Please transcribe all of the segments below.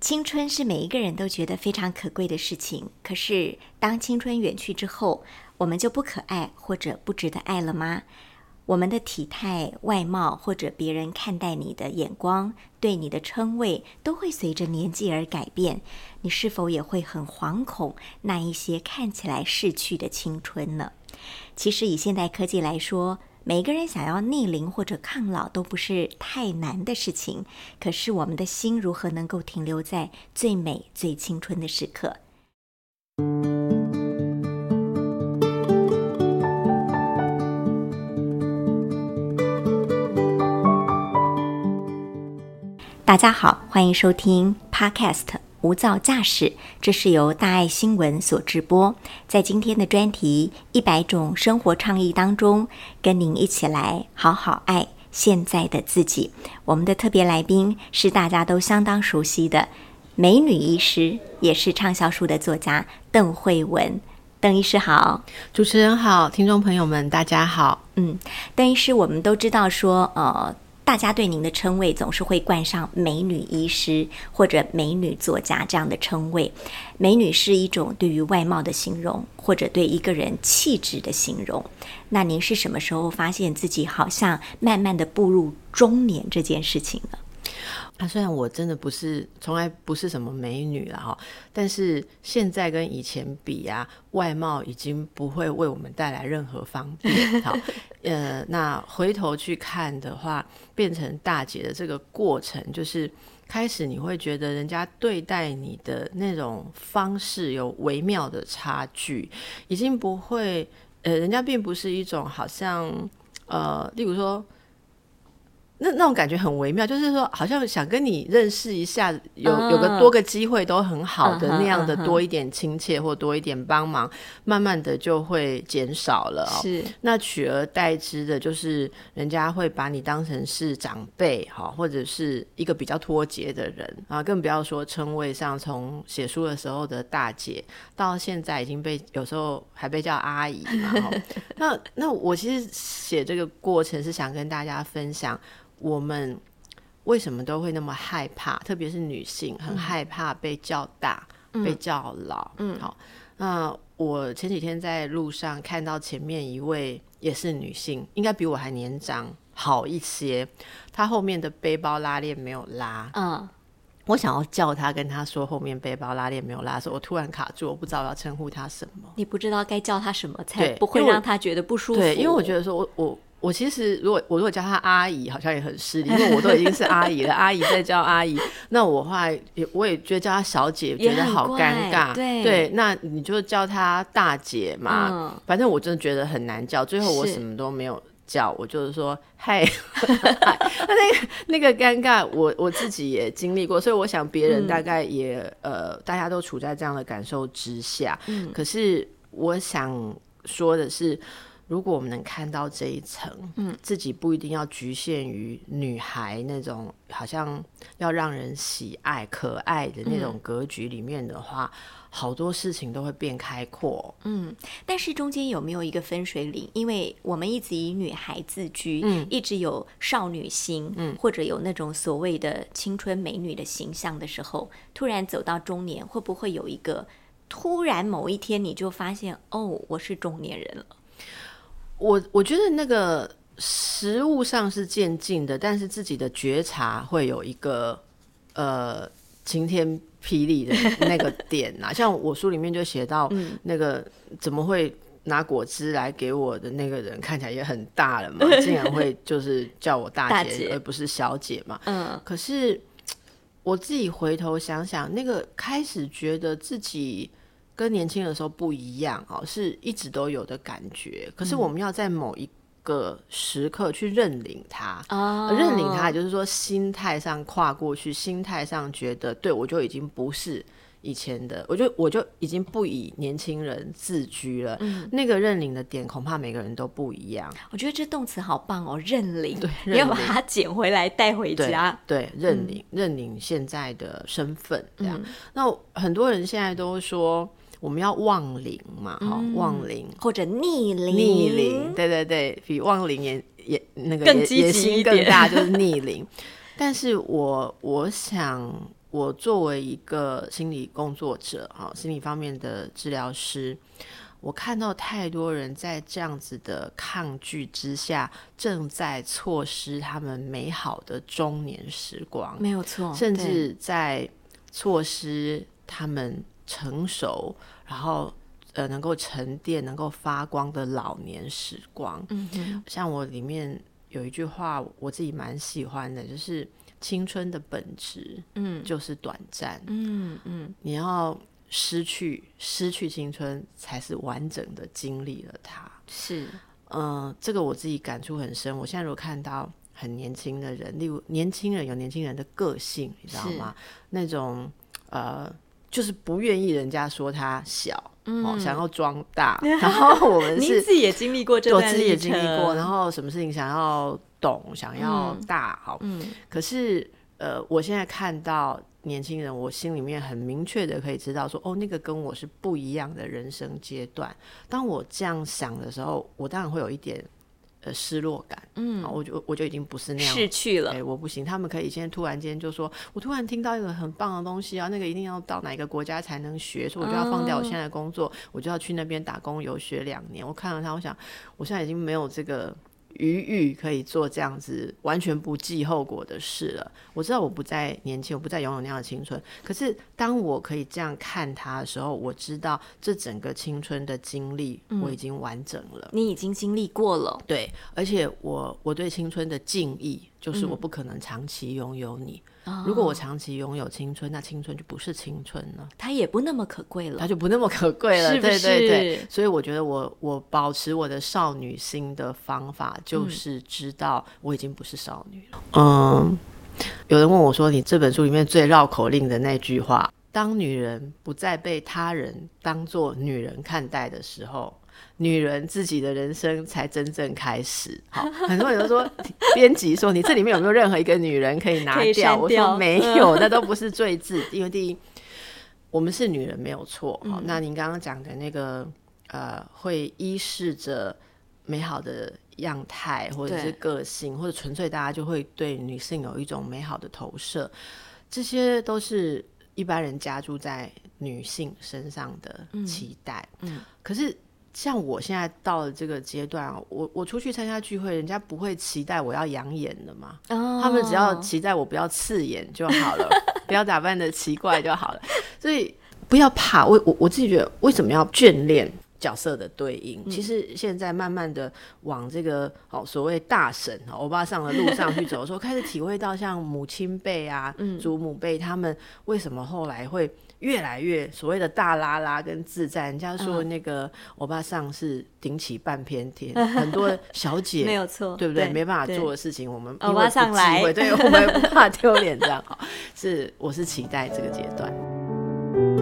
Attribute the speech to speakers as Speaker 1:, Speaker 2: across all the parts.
Speaker 1: 青春是每一个人都觉得非常可贵的事情。可是，当青春远去之后，我们就不可爱或者不值得爱了吗？我们的体态、外貌或者别人看待你的眼光、对你的称谓，都会随着年纪而改变。你是否也会很惶恐那一些看起来逝去的青春呢？其实以现代科技来说，每个人想要逆龄或者抗老都不是太难的事情。可是我们的心如何能够停留在最美、最青春的时刻？大家好，欢迎收听 Podcast《无噪驾驶》，这是由大爱新闻所直播。在今天的专题“一百种生活倡议”当中，跟您一起来好好爱现在的自己。我们的特别来宾是大家都相当熟悉的美女医师，也是畅销书的作家邓慧文。邓医师好，
Speaker 2: 主持人好，听众朋友们大家好。
Speaker 1: 邓医师，我们都知道说，呃，大家对您的称谓总是会冠上“美女医师”或者“美女作家”这样的称谓。美女是一种对于外貌的形容，或者对一个人气质的形容。那您是什么时候发现自己好像慢慢的步入中年这件事情呢？
Speaker 2: 啊，虽然我真的不是从来不是什么美女了哈，但是现在跟以前比啊，外貌已经不会为我们带来任何方便。好，呃，那回头去看的话，变成大姐的这个过程，就是开始你会觉得人家对待你的那种方式有微妙的差距，已经不会，呃，人家并不是一种好像，呃，例如说。那那种感觉很微妙，就是说，好像想跟你认识一下，有有个多个机会都很好的
Speaker 1: 嗯嗯哼
Speaker 2: 那样的
Speaker 1: 嗯，哼
Speaker 2: 多一点亲切或多一点帮忙，慢慢的就会减少了、哦。
Speaker 1: 是
Speaker 2: 那取而代之的就是，人家会把你当成是长辈哈，或者是一个比较脱节的人啊，更不要说称谓上，从写书的时候的大姐，到现在已经被有时候还被叫阿姨嘛。哈那那我其实写这个过程是想跟大家分享，我们为什么都会那么害怕，特别是女性很害怕被叫大、被叫老。嗯，好，那我前几天在路上看到前面一位也是女性，应该比我还年长好一些，她后面的背包拉链没有拉，
Speaker 1: 嗯，
Speaker 2: 我想要叫她跟她说后面背包拉链没有拉的时候，我突然卡住，我不知道要称呼她什么。
Speaker 1: 你不知道该叫他什么，才
Speaker 2: 对
Speaker 1: 不会
Speaker 2: 因为我
Speaker 1: 让他觉得不舒服。
Speaker 2: 对，因为我觉得说我我我其实如果我如果叫她阿姨，好像也很失礼，因为我都已经是阿姨了，阿姨再叫阿姨，那我后来也我也觉得叫她小姐，
Speaker 1: 也
Speaker 2: 觉得
Speaker 1: 很
Speaker 2: 好
Speaker 1: 怪
Speaker 2: 尴尬。
Speaker 1: 对
Speaker 2: 那你就叫她大姐嘛，
Speaker 1: 嗯
Speaker 2: 反正我真的觉得很难叫，最后我
Speaker 1: 是
Speaker 2: 什么都没有。叫我就是说，嗨， 那个那个尴尬，我我自己也经历过，所以我想别人大概也、呃，大家都处在这样的感受之下。
Speaker 1: 嗯
Speaker 2: 可是我想说的是，如果我们能看到这一层，嗯，自己不一定要局限于女孩那种好像要让人喜爱、可爱的那
Speaker 1: 嗯
Speaker 2: 种格局里面的话，好多事情都会变开阔。
Speaker 1: 但是中间有没有一个分水岭？因为我们一直以女孩自居，嗯，一直有少女心，嗯，或者有那种所谓的青春美女的形象的时候，突然走到中年，会不会有一个突然某一天你就发现，哦，我是中年人了？
Speaker 2: 我我觉得那个食物上是渐进的，但是自己的觉察会有一个呃晴天霹雳的那个点呐、像我书里面就写到那个、怎么会。拿果汁来给我的那个人看起来也很大了嘛，竟然会就是叫我
Speaker 1: 大
Speaker 2: 大姐，
Speaker 1: 姐
Speaker 2: 而不是小姐嘛。
Speaker 1: 嗯，
Speaker 2: 可是我自己回头想想，那个开始觉得自己跟年轻的时候不一样哦，是一直都有的感觉。可是我们要在某一个时刻去认领它，
Speaker 1: 哦
Speaker 2: 认领它，也就是说心态上跨过去，心态上觉得对我就已经不是。以前的，我就我就已经不以年轻人自居了。那个认领的点，恐怕每个人都不一样。
Speaker 1: 我觉得这动词好棒哦，认领，
Speaker 2: 对
Speaker 1: 你要把
Speaker 2: 认领
Speaker 1: 它捡回来带回
Speaker 2: 对
Speaker 1: 家。嗯
Speaker 2: 对，认领、认领现在的身份这样。那很多人现在都说我们要忘龄嘛，哈、
Speaker 1: 嗯
Speaker 2: 忘龄、
Speaker 1: 或者逆龄，
Speaker 2: 逆龄，对对对，比忘龄也也那个
Speaker 1: 更
Speaker 2: 也
Speaker 1: 积
Speaker 2: 野
Speaker 1: 极
Speaker 2: 心
Speaker 1: 一
Speaker 2: 更
Speaker 1: 点
Speaker 2: 大，就是逆龄。但是我我想，我作为一个心理工作者哈，心理方面的治疗师，我看到太多人在这样子的抗拒之下，正在错失他们美好的中年时光，
Speaker 1: 没有错，
Speaker 2: 甚
Speaker 1: 哦对
Speaker 2: 至在错失他们成熟，然后呃能够沉淀、能够发光的老年时光。
Speaker 1: 嗯哼，
Speaker 2: 像我里面有一句话，我自己蛮喜欢的，就是青春的本质
Speaker 1: 嗯
Speaker 2: 就是短暂，
Speaker 1: 嗯嗯，
Speaker 2: 你要失去失去青春，才是完整的经历了它。
Speaker 1: 是，
Speaker 2: 嗯，这个我自己感触很深。我现在如果看到很年轻的人，例如年轻人有年轻人的个性，你知道
Speaker 1: 是
Speaker 2: 吗？那种呃，就是不愿意人家说他小，哦，想要装大。然后我们
Speaker 1: 您
Speaker 2: 是，
Speaker 1: 自己也经历过这
Speaker 2: 我
Speaker 1: 段，
Speaker 2: 自己也经历过，然，后什么事情想要懂，想要大，好、
Speaker 1: 嗯
Speaker 2: 可是呃，我现在看到年轻人，我心里面很明确的可以知道说，哦，那个跟我是不一样的人生阶段。当我这样想的时候，我当然会有一点呃失落感，
Speaker 1: 嗯
Speaker 2: 啊，，我就我就已经不是那样。
Speaker 1: 逝去了，
Speaker 2: 哎，我不行，他们可以现在突然间就说，我突然听到一个很棒的东西啊，那个一定要到哪一个国家才能学，所以我就要放掉我现在的工作，我就要去那边打工游学两年。我看了他，我想，我现在已经没有这个余裕可以做这样子完全不计后果的事了。我知道我不再年轻，我不再拥有那样的青春。可是当我可以这样看他的时候，我知道这整个青春的经历我已经完整了。
Speaker 1: 你已经经历过了，
Speaker 2: 对，而且我我对青春的敬意就是
Speaker 1: 嗯
Speaker 2: 我不可能长期拥有你。
Speaker 1: 啊哦
Speaker 2: 如果我长期拥有青春，那青春就不是青春了，
Speaker 1: 它也不那么可贵
Speaker 2: 它
Speaker 1: 了，
Speaker 2: 就不那 么可贵了。
Speaker 1: 是不
Speaker 2: 对对对
Speaker 1: 是，
Speaker 2: 所以我觉得我我保持我的少女心的方法
Speaker 1: 嗯
Speaker 2: 就是知道我已经不是少女了。嗯，有人问我说，你这本书里面最绕口令的那句话。当女人不再被他人当做女人看待的时候，女人自己的人生才真正开始。好，很多人都说，编辑说你这里面有没有任何一个女人可以拿
Speaker 1: 可以删
Speaker 2: 掉？我说
Speaker 1: 掉嗯
Speaker 2: 没有，那都不是罪字，因为第一，我们是女人没有错。好，
Speaker 1: 嗯
Speaker 2: 那您刚刚讲的那个呃，会依视着美好的样态，或者是
Speaker 1: 对
Speaker 2: 个性，或者纯粹大家就会对女性有一种美好的投射，这些都是一般人加注在女性身上的期待。
Speaker 1: 嗯嗯
Speaker 2: 可是像我现在到了这个阶段啊，我我出去参加聚会，人家不会期待我要养眼的嘛，
Speaker 1: 哦
Speaker 2: 他们只要期待我不要刺眼就好了，不要打扮的奇怪就好了。所以不要怕，我我我自己觉得为什么要眷恋？角色的对应，
Speaker 1: 嗯
Speaker 2: 其实现在慢慢的往这个哦所谓大神哦欧巴桑的路上去走的时候， 开始体会到像母亲辈啊、
Speaker 1: 嗯
Speaker 2: 祖母辈他们为什么后来会越来越所谓的大拉拉跟自在。人家
Speaker 1: 嗯
Speaker 2: 说那个欧巴桑是顶起半 边天，很多小姐
Speaker 1: 没有错，
Speaker 2: 对不对？
Speaker 1: 对？
Speaker 2: 没办法做的事情，我们
Speaker 1: 偶
Speaker 2: 因为
Speaker 1: 巴
Speaker 2: 不
Speaker 1: 上
Speaker 2: 忌
Speaker 1: 来
Speaker 2: 讳对，我们不怕丢脸这样。好 是，我是期待这个阶段。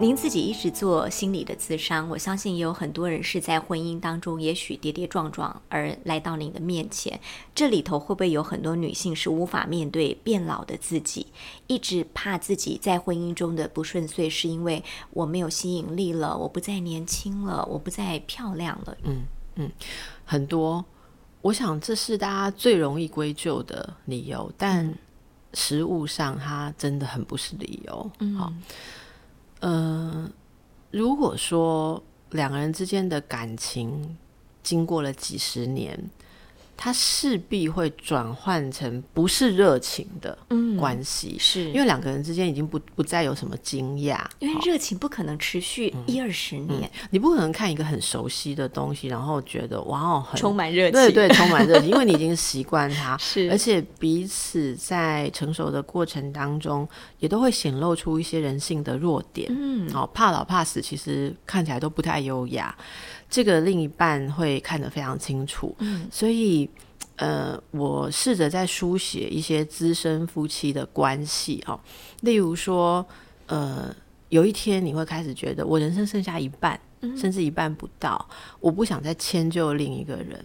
Speaker 1: 您自己一直做心理的咨商，我相信也有很多人是在婚姻当中，也许跌跌撞撞而来到您的面前。这里头会不会有很多女性是无法面对变老的自己，一直怕自己在婚姻中的不顺遂，是因为我没有吸引力了，我不再年轻了，我不再漂亮了？
Speaker 2: 嗯很多，我想这是大家最容易归咎的理由，但实物上它真的很不是理由。嗯、好，呃，如果说两个人之间的感情经过了几十年，它势必会转换成不是热情的关系。
Speaker 1: 嗯是
Speaker 2: 因为两个人之间已经不不再有什么惊讶，
Speaker 1: 因为热情不可能持续
Speaker 2: 嗯
Speaker 1: 一二十年，
Speaker 2: 你不可能看一个很熟悉的东西，然后觉得哇哦，很
Speaker 1: 充满热情，
Speaker 2: 对对，充满热情，因为你已经习惯它，
Speaker 1: 是
Speaker 2: 而且彼此在成熟的过程当中，也都会显露出一些人性的弱点。嗯，哦，怕老怕死，其实看起来都不太优雅，这个另一半会看得非常清楚。嗯，所以。呃，我试着在书写一些资深夫妻的关系哦，例如说，呃，有一天你会开始觉得我人生剩下一半，甚至一半不到，我不想再迁就另一个人。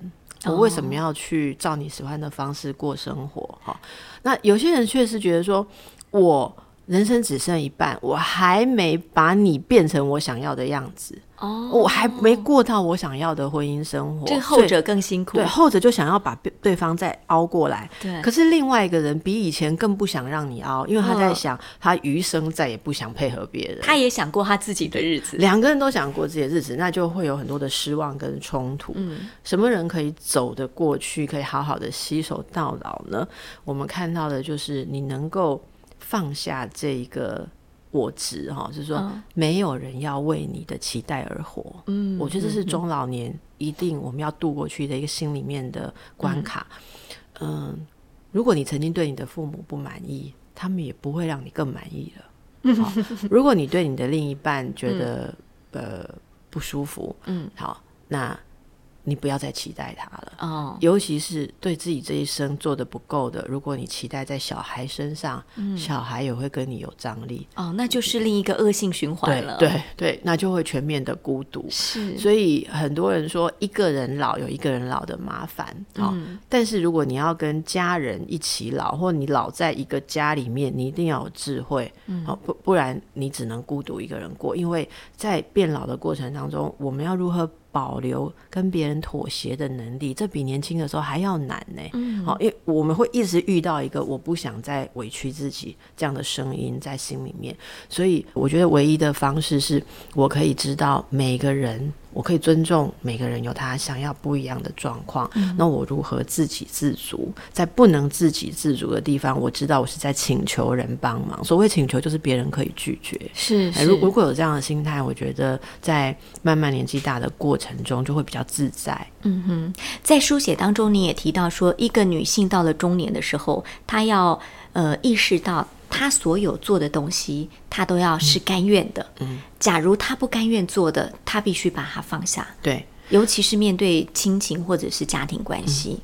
Speaker 1: 哦
Speaker 2: 我为什么要去照你喜欢的方式过生活？哈、那有些人确实觉得说，我人生只剩一半，我还没把你变成我想要的样子，
Speaker 1: 哦，
Speaker 2: 我还没过到我想要的婚姻生活。
Speaker 1: 这个
Speaker 2: 所
Speaker 1: 后
Speaker 2: 以
Speaker 1: 者更辛苦
Speaker 2: 对，后者就想要把对对方再凹过来。
Speaker 1: 对
Speaker 2: 可是另外一个人比以前更不想让你凹，因为他在
Speaker 1: 嗯
Speaker 2: 想，他余生再也不想配合别人。
Speaker 1: 他也想过他自己的日子，
Speaker 2: 两个人都想过自己的日子，那就会有很多的失望跟冲突。
Speaker 1: 嗯，
Speaker 2: 什么人可以走得过去，可以好好的携手到老呢？我们看到的就是你能够放下这一个我执哈，就是说、
Speaker 1: 嗯
Speaker 2: 没有人要为你的期待而活。
Speaker 1: 嗯
Speaker 2: 我觉得这是中老年一定我们要度过去的一个心里面的关卡。嗯如果你曾经对你的父母不满意，他们也不会让你更满意了。好， 如果你对你的另一半觉得、呃不舒服，
Speaker 1: 嗯，
Speaker 2: 好，那你不要再期待他了。
Speaker 1: 哦，
Speaker 2: 尤其是对自己这一生做的不够的，如果你期待在小孩身上，
Speaker 1: 嗯
Speaker 2: 小孩也会跟你有张力，
Speaker 1: 哦，那就是另一个恶性循
Speaker 2: 对
Speaker 1: 环了，，
Speaker 2: 对对，那就会全面的孤独。
Speaker 1: 是，
Speaker 2: 所以很多人说一个人老有一个人老的麻烦啊、哦但是如果你要跟家人一起老，或你老在一个家里面，你一定要有智慧，哦，不不然你只能孤独一个人过。因为在变老的过程当中，我们要如何保留跟别人妥协的能力，这比年轻的时候还要难呢。嗯，好、因为我们会一直遇到一个我不想再委屈自己这样的声音在心里面，所以我觉得唯一的方式是我可以知道每个人，我可以尊重每个人有他想要不一样的状况。
Speaker 1: 嗯
Speaker 2: 那我如何自给自足？在不能自给自足的地方，我知道我是在请求人帮忙。所谓请求，就是别人可以拒绝。
Speaker 1: 是
Speaker 2: 哎
Speaker 1: 是，
Speaker 2: 如如果有这样的心态，我觉得在慢慢年纪大的过程中，就会比较自在。
Speaker 1: 在书写当中，你也提到说，一个女性到了中年的时候，她要呃意识到，她所有做的东西，她都要是甘愿的。嗯，假如她不甘愿做的，她必须把它放下，
Speaker 2: 对，
Speaker 1: 尤其是面对亲情或者是家庭关系、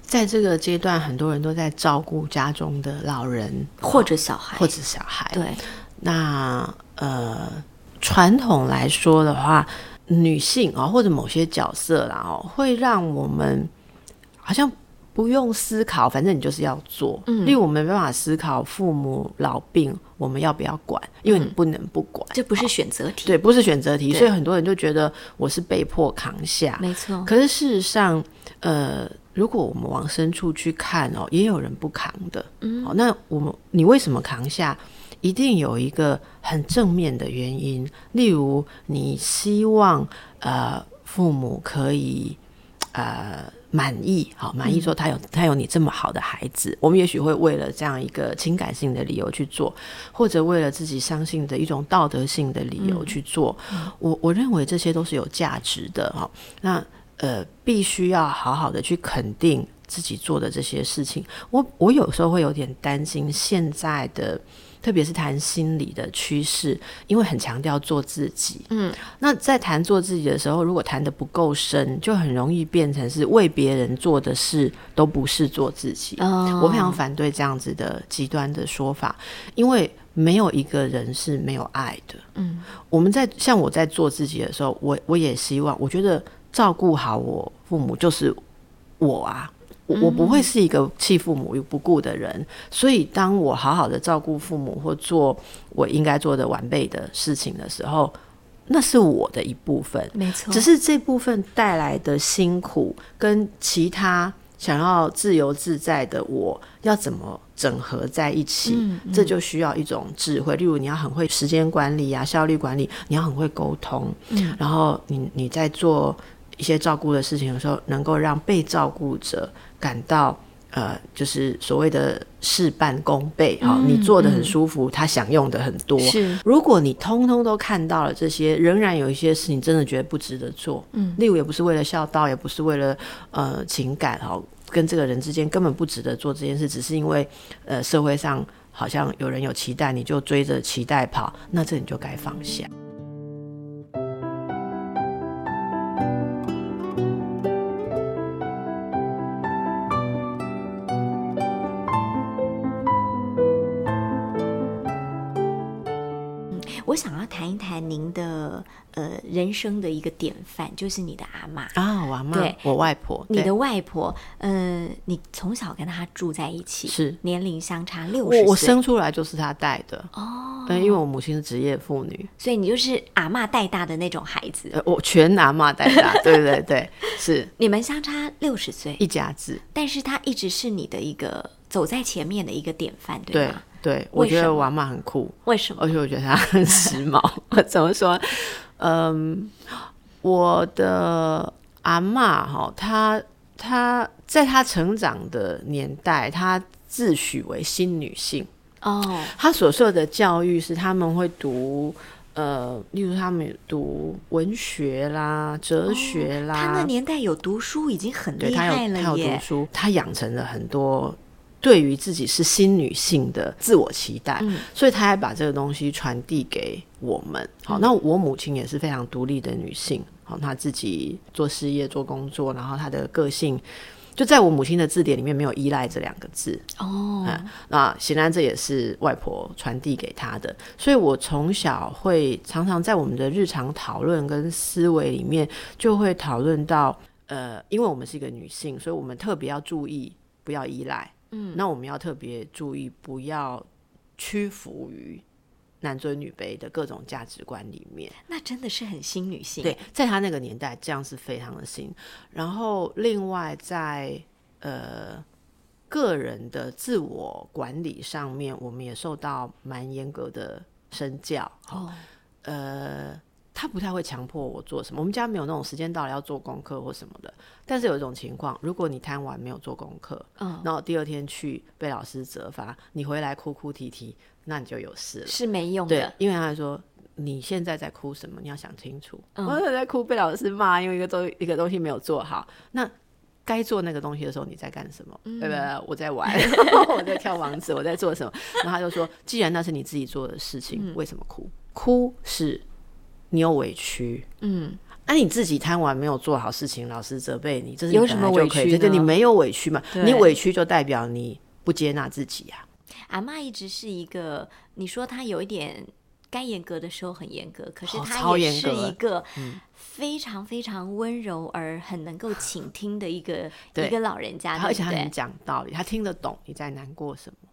Speaker 2: 在这个阶段，很多人都在照顾家中的老人
Speaker 1: 或者小孩，
Speaker 2: 或者小孩。
Speaker 1: 对，
Speaker 2: 那呃，传统来说的话，女性啊、或者某些角色啦哦，会让我们好像不用思考，反正你就是要做。嗯，例如我们没办法思考父母老病，我们要不要管，因为你不能不管。
Speaker 1: 这不是选择题，
Speaker 2: 嗯对，不是选择题，所以很多人就觉得我是被迫扛下。
Speaker 1: 没错，
Speaker 2: 可是事实上，呃，如果我们往深处去看哦，也有人不扛的。嗯，好、那我们你为什么扛下？一定有一个很正面的原因，例如你希望呃父母可以呃满意，好满意说他有他有你这么好的孩子，我们也许会为了这样一个情感性的理由去做，或者为了自己相信的一种道德性的理由去做，我我认为这些都是有价值的哦哈、那呃，必须要好好的去肯定自己做的这些事情。我我有时候会有点担心现在的。特别是谈心理的趋势，因为很强调做自己。嗯，那在谈做自己的时候，如果谈的不够深，就很容易变成是为别人做的事都不是做自己。
Speaker 1: 哦
Speaker 2: 我非常反对这样子的极端的说法，因为没有一个人是没有爱的。
Speaker 1: 嗯，
Speaker 2: 我们在像我在做自己的时候，我我也希望，我觉得照顾好我父母就是我啊。我我不会是一个弃父母于不顾的人，所以当我好好的照顾父母或做我应该做的完备的事情的时候，那是我的一部分。
Speaker 1: 没错，
Speaker 2: 只是这部分带来的辛苦跟其他想要自由自在的我要怎么整合在一起，这就需要一种智慧。例如，你要很会时间管理啊，效率管理，你要很会沟通，然后你你在做一些照顾的事情的时候，能够让被照顾者感到。呃，就是所谓的事半功倍哈、你做的很舒服，他享用的很多，
Speaker 1: 是
Speaker 2: 如果你通通都看到了这些，仍然有一些事情真的觉得不值得做，嗯，例如也不是为了孝道，也不是为了呃情感哈，跟这个人之间根本不值得做这件事，只是因为呃社会上好像有人有期待，你就追着期待跑，那这你就该放下。
Speaker 1: 我想要谈一谈您的呃人生的一个典范，就是你的阿妈。
Speaker 2: 啊，我阿妈
Speaker 1: 对，
Speaker 2: 我外婆，
Speaker 1: 你
Speaker 2: 对
Speaker 1: 的外婆，呃，你从小跟她住在一起，
Speaker 2: 是
Speaker 1: 年龄相差六
Speaker 2: 我我
Speaker 1: 十岁，
Speaker 2: 生出来就是她带的哦，对，因为我母亲是职业妇女，
Speaker 1: 所以你就是阿嬷带大的那种孩子。
Speaker 2: 呃，我全阿妈带大，对对对，是
Speaker 1: 你们相差六十岁，
Speaker 2: 一家子，
Speaker 1: 但是她一直是你的一个走在前面的一个典范，对
Speaker 2: 对
Speaker 1: 吗？
Speaker 2: 对，我觉
Speaker 1: 为什
Speaker 2: 得
Speaker 1: 么
Speaker 2: 我阿妈很酷，
Speaker 1: 为什么？
Speaker 2: 而且我觉得他很时髦。我怎么说？嗯，我的阿嬷哈，她她在她成长的年代，她自诩为新女性。
Speaker 1: 哦，
Speaker 2: 她所受的教育是他们会读。呃，例如他们读文学啦、哲学啦，
Speaker 1: 哦她那年代有读书已经很
Speaker 2: 对
Speaker 1: 厉
Speaker 2: 她
Speaker 1: 害
Speaker 2: 有她
Speaker 1: 了
Speaker 2: 有读
Speaker 1: 耶。
Speaker 2: 书，她养成了很多对于自己是新女性的自我期待，
Speaker 1: 嗯
Speaker 2: 所以她还把这个东西传递给我们。
Speaker 1: 嗯
Speaker 2: 好，那我母亲也是非常独立的女性，好，她自己做事业、做工作，然后她的个性。就在我母亲的字典里面没有“依赖”这两个字，
Speaker 1: 哦，
Speaker 2: 啊那显然这也是外婆传递给她的，所以我从小会常常在我们的日常讨论跟思维里面，就会讨论到，呃，因为我们是一个女性，所以我们特别要注意不要依赖，嗯，那我们要特别注意不要屈服于男尊女卑的各种价值观里面。
Speaker 1: 那真的是很新女性。
Speaker 2: 对，在他那个年代，这样是非常的新。然后另外在呃个人的自我管理上面，我们也受到蛮严格的身教。
Speaker 1: 哦，
Speaker 2: 呃，他不太会强迫我做什么，我们家没有那种时间到了要做功课或什么的。但是有一种情况，如果你贪玩没有做功课，
Speaker 1: 嗯，
Speaker 2: 然后第二天去被老师责罚，你回来哭哭啼啼，那你就有事了。
Speaker 1: 是没用
Speaker 2: 对
Speaker 1: 的，。
Speaker 2: 因为他说你现在在哭什么？你要想清楚。
Speaker 1: 嗯
Speaker 2: 我有在哭，被老师骂，因为一个东一个东西没有做好。那该做那个东西的时候，你在干什么？
Speaker 1: 嗯
Speaker 2: 对不对？我在 玩， 我在跳王子，我在做什么？然后他就说，既然那是你自己做的事情，
Speaker 1: 嗯
Speaker 2: 为什么哭？哭是你有委屈，
Speaker 1: 嗯，
Speaker 2: 那、你自己贪玩没有做好事情，老师责备你，这是
Speaker 1: 有
Speaker 2: 你
Speaker 1: 什
Speaker 2: 本
Speaker 1: 么
Speaker 2: 来就
Speaker 1: 委
Speaker 2: 可以
Speaker 1: 屈
Speaker 2: 对对，
Speaker 1: 呢
Speaker 2: 你没有委屈嘛？
Speaker 1: 对
Speaker 2: 你委屈就代表你不接纳自己呀、啊
Speaker 1: 阿嬷一直是一个，你说她有一点该严格的时候很严格，可是
Speaker 2: 哦
Speaker 1: 她
Speaker 2: 超
Speaker 1: 也
Speaker 2: 严
Speaker 1: 是
Speaker 2: 格嗯
Speaker 1: 一个非常非常温柔而很能够倾听的一个
Speaker 2: 对
Speaker 1: 一个老人家，
Speaker 2: 他而且
Speaker 1: 对
Speaker 2: 他
Speaker 1: 不
Speaker 2: 很
Speaker 1: 啊对？
Speaker 2: 讲道理，他听得懂你在难过什么。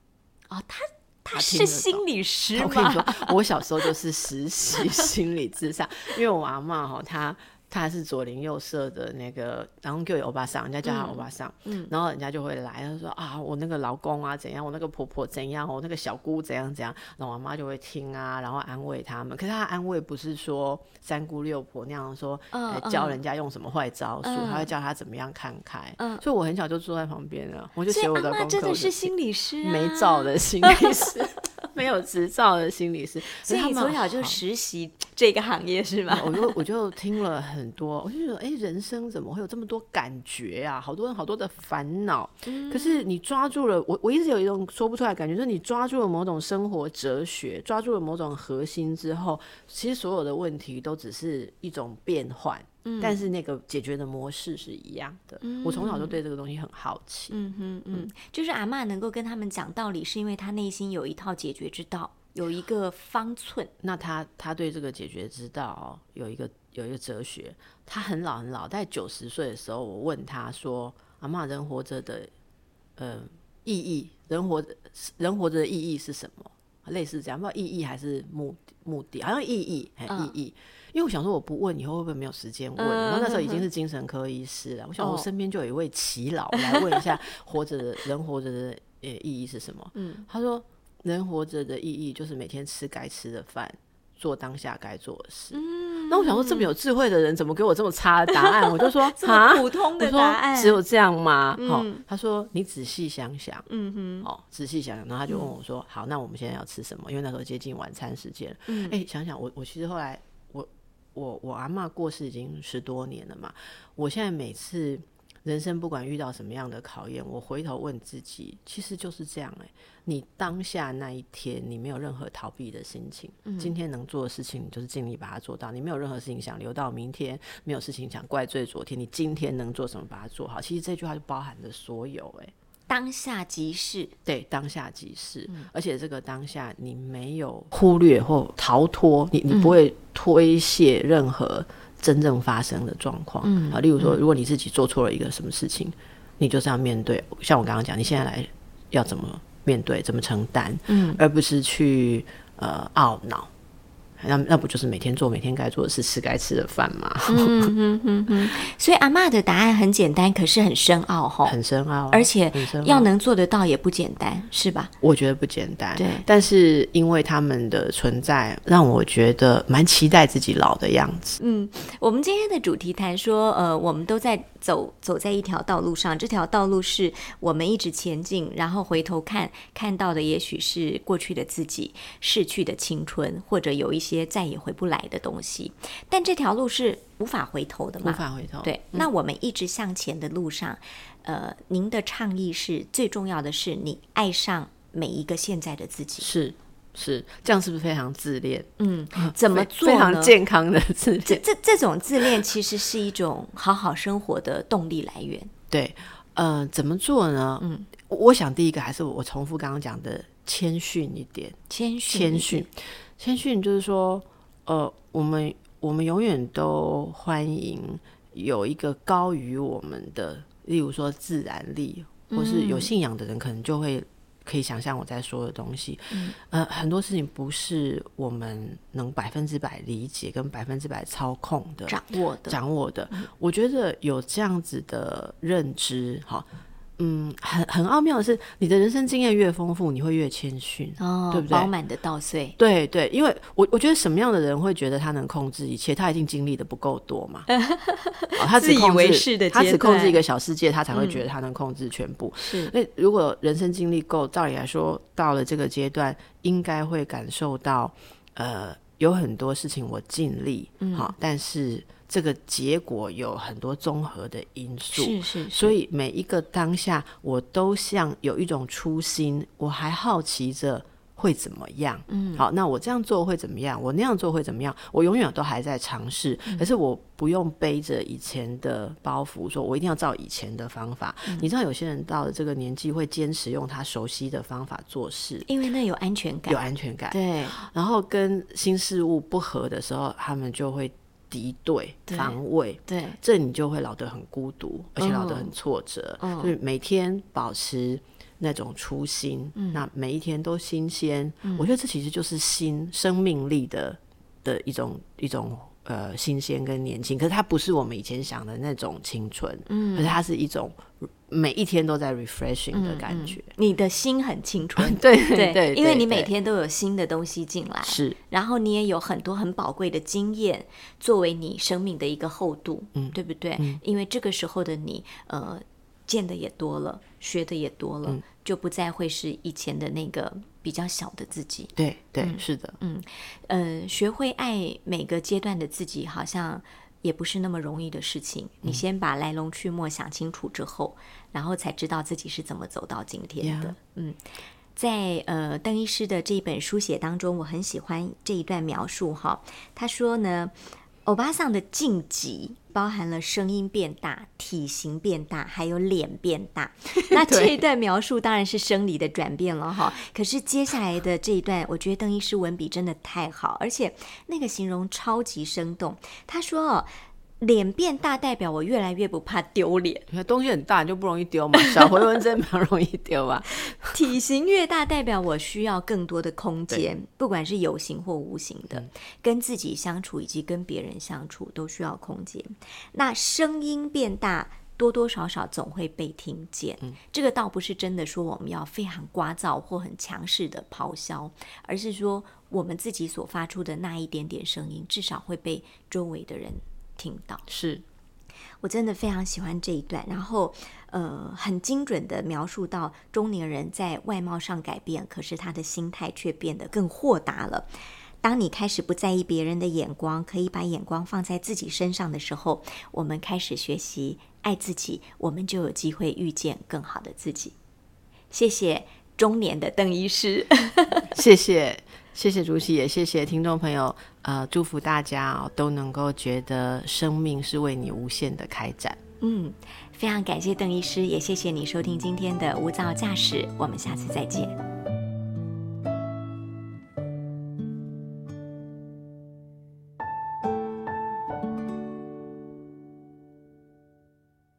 Speaker 1: 哦，她她
Speaker 2: 他
Speaker 1: 是
Speaker 2: 听得
Speaker 1: 心
Speaker 2: 懂
Speaker 1: 理师
Speaker 2: 我跟你
Speaker 1: 吗？
Speaker 2: 说，我小时候就是实习 心理智商，因为我阿妈哈，她她是左邻右舍的那个，然后就有欧巴桑，人家叫她欧
Speaker 1: 嗯
Speaker 2: 巴桑，然后人家就会来，她说啊，我那个老公啊怎样，我那个婆婆怎样，我那个小姑怎样怎样，然后我阿妈就会听啊，然后安慰他们，可是她安慰不是说三姑六婆那样说，
Speaker 1: 嗯
Speaker 2: 呃
Speaker 1: 嗯
Speaker 2: 教人家用什么坏招数，
Speaker 1: 嗯
Speaker 2: 她会教她怎么样看开，
Speaker 1: 嗯
Speaker 2: 所以我很小就坐在旁边了，我就
Speaker 1: 所以
Speaker 2: 写我
Speaker 1: 阿
Speaker 2: 的功
Speaker 1: 嬷
Speaker 2: 课，
Speaker 1: 真
Speaker 2: 我
Speaker 1: 的
Speaker 2: 就是写
Speaker 1: 心理师、啊，
Speaker 2: 没照，的心理师， 啊没有执照的心理 师，
Speaker 1: 所以
Speaker 2: 可是
Speaker 1: 你
Speaker 2: 他们
Speaker 1: 从小就
Speaker 2: 好。嗯
Speaker 1: 实习这个行业是吗？
Speaker 2: 我就我就听了很多，我就觉得，哎、人生怎么会有这么多感觉啊？好多人好多的烦恼，可是你抓住了我，我一直有一种说不出来的感觉，就是你抓住了某种生活哲学，抓住了某种核心之后，其实所有的问题都只是一种变换，但是那个解决的模式是一样的。我从小就对这个东西很好奇，
Speaker 1: 嗯哼嗯，就是阿嬷能够跟他们讲道理，是因为她内心有一套解决之道，有一个方寸。
Speaker 2: 那他他对这个解决之道哦、有一个有一个哲学。他很老很老，在九十岁的时候，我问他说：“阿嬷，人活着的呃意义，人活着人活着的意义是什么？”类似这样，不知道意义还是目的目的，好像意义，哎、
Speaker 1: 嗯
Speaker 2: 意义。因为我想说，我不问以后会不会没有时间问？
Speaker 1: 嗯
Speaker 2: 然后那时候已经是精神科医师 了，我想我
Speaker 1: 哦
Speaker 2: 身边就有一位耆老来问一下，活着的人活着的呃意义是 什么？嗯，他说人活着的意义就是每天吃该吃的饭，做当下该做的事。嗯，那我想说，这么有智慧的人怎么给我这么差的答案？我就 说
Speaker 1: 这
Speaker 2: 啊
Speaker 1: 么，普通
Speaker 2: 我
Speaker 1: 的答
Speaker 2: 说
Speaker 1: 案，
Speaker 2: 只有这样吗？好、他说你仔细想想，
Speaker 1: 嗯哼。
Speaker 2: 哦，仔细想想，然后他就问我说：“好，那我们现在要吃什么？”因为那时候接近晚餐时间了。嗯，哎、想想我，我其实后来我我我阿嬷过世已经十多年了嘛，我现在每次人生不管遇到什么样的考验，我回头问自己，其实就是这样哎、你当下那一天，你没有任何逃避的心情，今天能做的事情，你就是尽力把它做到。你没有任何事情想留到明天，没有事情想怪罪昨天，你今天能做什么把它做好。其实这句话就包含着所有哎、
Speaker 1: 当下即是，
Speaker 2: 对，当下即是，而且这个当下你没有忽略或逃脱，你你不会推卸任何真正发生的状况。嗯、啊，例如说，如果你自己做错了一个什么事情，你就是要面对。像我刚刚讲，你现在来要怎么面对，怎么承担，嗯，而不是去呃懊恼。那那不就是每天做每天该做的事，吃该吃的饭吗？
Speaker 1: 所以阿嬷的答案很简单，可是很深奥哈、
Speaker 2: 很深奥啊，
Speaker 1: 而且
Speaker 2: 很深奥
Speaker 1: 要能做得到也不简单，是吧？
Speaker 2: 我觉得不简单。
Speaker 1: 对
Speaker 2: 但是因为他们的存在，让我觉得蛮期待自己老的样子。
Speaker 1: 我们今天的主题谈说，呃，我们都在走走在一条道路上，这条道路是我们一直前进，然后回头看看到的，也许是过去的自己逝去的青春，或者有一些再也回不来的东西。但这条路是无法回头的
Speaker 2: 无
Speaker 1: 嘛？
Speaker 2: 法回头。
Speaker 1: 对，那我们一直向前的路上，呃，您的倡议是最重要的是你爱上每一个现在的自己，
Speaker 2: 是是，这样是不是非常自恋？
Speaker 1: 怎么
Speaker 2: 非
Speaker 1: 做呢？
Speaker 2: 嗯非常健康的自
Speaker 1: 这
Speaker 2: 恋。
Speaker 1: 这这种自恋其实是一种好好生活的动力来源。
Speaker 2: 对，呃，怎么做呢？嗯，我想第一个还是我重复刚刚讲的，谦逊一点。
Speaker 1: 谦逊，
Speaker 2: 谦逊，，谦逊就是说，呃，我们我们永远都欢迎有一个高于我们的，例如说自然力，或是
Speaker 1: 嗯
Speaker 2: 有信仰的人，可能就会可以想象我在说的东西。
Speaker 1: 嗯
Speaker 2: 呃，很多事情不是我们能百分之百理解跟百分之百操控的，
Speaker 1: 掌握嗯的，
Speaker 2: 掌握的。我觉得有这样子的认知，哈，嗯，很很奥妙的是，你的人生经验越丰富，你会越谦逊。
Speaker 1: 哦，
Speaker 2: 对不对
Speaker 1: 饱满的稻穗，
Speaker 2: 对对，因为我我觉得什么样的人会觉得他能控制一切？他一定经历的不够多 嘛，哦他
Speaker 1: 自
Speaker 2: 只
Speaker 1: 以
Speaker 2: 控制
Speaker 1: 为是的
Speaker 2: 他
Speaker 1: 阶
Speaker 2: 只控制
Speaker 1: 段嗯
Speaker 2: 一个小世界，他才会觉得他能控制全部。
Speaker 1: 是
Speaker 2: 那如果人生经历够，照理来说，到了这个阶段，应该会感受到，呃，有很多事情我尽力，
Speaker 1: 嗯
Speaker 2: 好、但是这个结果有很多综合的因素，
Speaker 1: 是是，
Speaker 2: 所
Speaker 1: 以
Speaker 2: 以每一个当下，我都像有一种初心，我还好奇着会怎么样。嗯，好，那我这样做会怎么样？我那样做会怎么样？我永远都还在尝试，
Speaker 1: 嗯
Speaker 2: 可是我不用背着以前的包袱，说我一定要照以前的方法。
Speaker 1: 嗯
Speaker 2: 你知道，有些人到了这个年纪，会坚持用他熟悉的方法做事，
Speaker 1: 因为那有安全感，
Speaker 2: 有安全感。
Speaker 1: 对，
Speaker 2: 然后跟新事物不合的时候，他们就会敌对、
Speaker 1: 对
Speaker 2: 防卫。
Speaker 1: 对，
Speaker 2: 这你就会老得很孤独，而且老得很挫折。就是每天保持那种初心，那每一天都新鲜。我觉得这其实就是新生命力的的一种一种呃新鲜跟年轻。可是它不是我们以前想的那种青春，嗯，可是它是一种每一天都在 refreshing 的感觉。，
Speaker 1: 你的心很青春
Speaker 2: 对
Speaker 1: 对
Speaker 2: 对，
Speaker 1: 因为你每
Speaker 2: 对
Speaker 1: 天都有新的东西进来，
Speaker 2: 是
Speaker 1: 然后你也有很多很宝贵的经验作为你生命的一个厚度，嗯，对不对？因为这个时候的你，呃，见的也多了，学的也多了，就不再会是以前的那个比较小的自己。
Speaker 2: 对对、是的，
Speaker 1: 嗯，学会爱每个阶段的自己，好像也不是那么容易的事情。你先把来龙去脉想清楚之后，然后才知道自己是怎么走到今天的。
Speaker 2: Yeah
Speaker 1: 嗯，在呃邓医师的这一本书写当中，我很喜欢这一段描述哈。他说呢，欧巴桑的晋级包含了声音变大、体型变大，还有脸变大。那这一段描述当然是生理的转变了哈。可是接下来的这一段，我觉得邓医师文笔真的太好，而且那个形容超级生动。他说哦，脸变大代表我越来越不怕丢脸，
Speaker 2: 因为东西很大，你就不容易丢嘛，小回纹针比较容易丢吧。
Speaker 1: 体型越大代表我需要更多的空间，不管是有形或无形的，跟自己相处以及跟别人相处都需要空间。那声音变大。多多少少总会被听见，这个倒不是真的说我们要非常聒噪或很强势的咆哮，而是说我们自己所发出的那一点点声音，至少会被周围的人听到。
Speaker 2: 是，
Speaker 1: 我真的非常喜欢这一段，然后呃，很精准的描述到中年人在外貌上改变，可是他的心态却变得更豁达了。当你开始不在意别人的眼光，可以把眼光放在自己身上的时候，我们开始学习爱自己，我们就有机会遇见更好的自己。谢谢中年的邓医师。
Speaker 2: 谢谢，谢谢主席，也谢谢听众朋友。呃，祝福大家、哦、都能够觉得生命是为你无限的开展。
Speaker 1: 嗯，非常感谢邓医师，也谢谢你收听今天的无噪驾驶，我们下次再见。